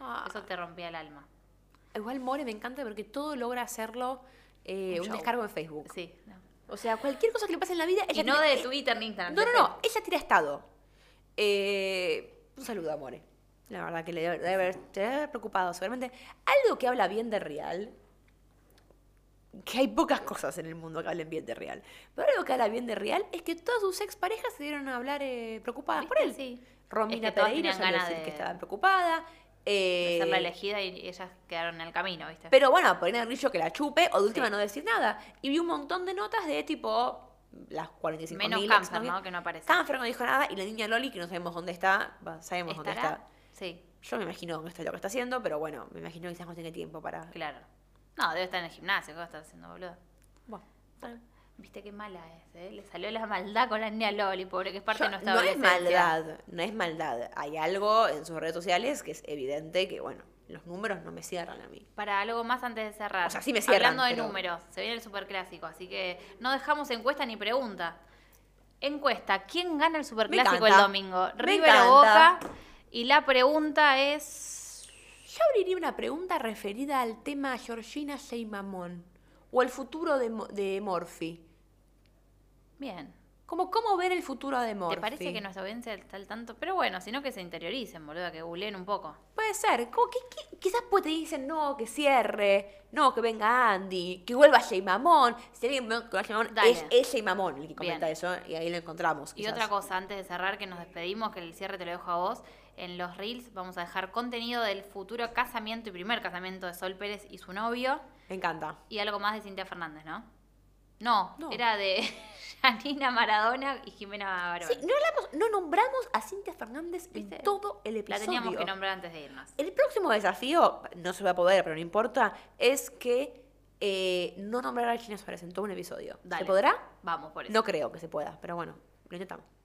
S2: Ah.
S1: Eso te rompía el alma.
S2: Igual More me encanta porque todo logra hacerlo eh,
S1: Un
S2: un,
S1: show.
S2: descargo de Facebook.
S1: Sí. no.
S2: O sea, cualquier cosa que le pase en la vida, ella
S1: Y no
S2: tira-
S1: de
S2: eh,
S1: Twitter ni Instagram.
S2: No,
S1: de
S2: no, no.
S1: Facebook.
S2: Ella tira estado. Eh, un saludo a More. La verdad que le debe, debe haber, te debe haber preocupado. Seguramente algo que habla bien de Real. Que hay pocas cosas en el mundo que hablen bien de Real. Pero algo que habla bien de Real es que todas sus exparejas se dieron a hablar eh, preocupadas por
S1: ¿Viste?
S2: él.
S1: Sí.
S2: Romina
S1: Es que todas
S2: Pereira
S1: tenían
S2: salió a
S1: ganas
S2: decir
S1: de-
S2: que estaban preocupada. eh,
S1: De ser la elegida y ellas quedaron en el camino, ¿viste?
S2: pero bueno, poner al grillo que la chupe o de última
S1: Sí.
S2: no decir nada. Y vi un montón de notas de tipo las 45
S1: Menos Camper, ¿no? Que no aparece.
S2: Camper no dijo nada y la niña Loli, que no sabemos dónde está, va, sabemos dónde
S1: ¿Estará?
S2: está.
S1: Sí,
S2: Yo me imagino dónde está lo que está haciendo, pero bueno, me imagino que quizás no tiene tiempo para...
S1: claro. No, debe estar en el gimnasio. ¿Qué va a estar haciendo, boludo?
S2: Bueno,
S1: Viste qué mala es, ¿eh? Le salió la maldad con la niña Loli, pobre, que es parte de
S2: yo-
S1: nuestra
S2: no es
S1: adolescencia.
S2: maldad, no es maldad. Hay algo en sus redes sociales que es evidente que, bueno, los números no me cierran a mí.
S1: Para algo más antes de cerrar.
S2: O sea, sí me cierran,
S1: Hablando de
S2: pero-
S1: números, se viene el superclásico, así que no dejamos encuesta ni pregunta. Encuesta, ¿quién gana el superclásico el
S2: encanta.
S1: domingo?
S2: Me
S1: River o Boca.
S2: encanta.
S1: Y la pregunta es
S2: Yo abriría una pregunta referida al tema Georgina Sheimamon o el futuro de, Mo- de Morphy.
S1: bien.
S2: Como cómo ver el futuro de Morphy.
S1: ¿Te parece que nuestra audiencia está al tanto? Pero bueno, sino que se interioricen, boludo, que googleen un poco.
S2: Puede ser. Como que, que- quizás pues te dicen, no, que cierre, no, que venga Andy, que vuelva Jay Mamón. Si alguien ve con Jay Mamón,
S1: Dale.
S2: es, es Jay Mamón el que comenta
S1: Bien.
S2: eso y ahí lo encontramos.
S1: Y
S2: quizás.
S1: otra cosa, antes de cerrar, que nos despedimos, que el cierre te lo dejo a vos. En los reels vamos a dejar contenido del futuro casamiento y primer casamiento de Sol Pérez y su novio.
S2: Me encanta.
S1: Y algo más de Cintia Fernández, ¿no? No,
S2: No.
S1: era de Janina Maradona y Jimena Barón.
S2: Sí, no hablamos, no nombramos a Cintia Fernández
S1: ¿Viste?
S2: en todo el
S1: La
S2: episodio.
S1: teníamos que nombrar antes de irnos.
S2: El próximo desafío, no se va a poder, pero no importa, es que eh, no nombrar a China Suárez en todo un episodio.
S1: Dale.
S2: ¿Se podrá?
S1: Vamos por eso.
S2: No creo que se pueda, pero bueno, lo intentamos.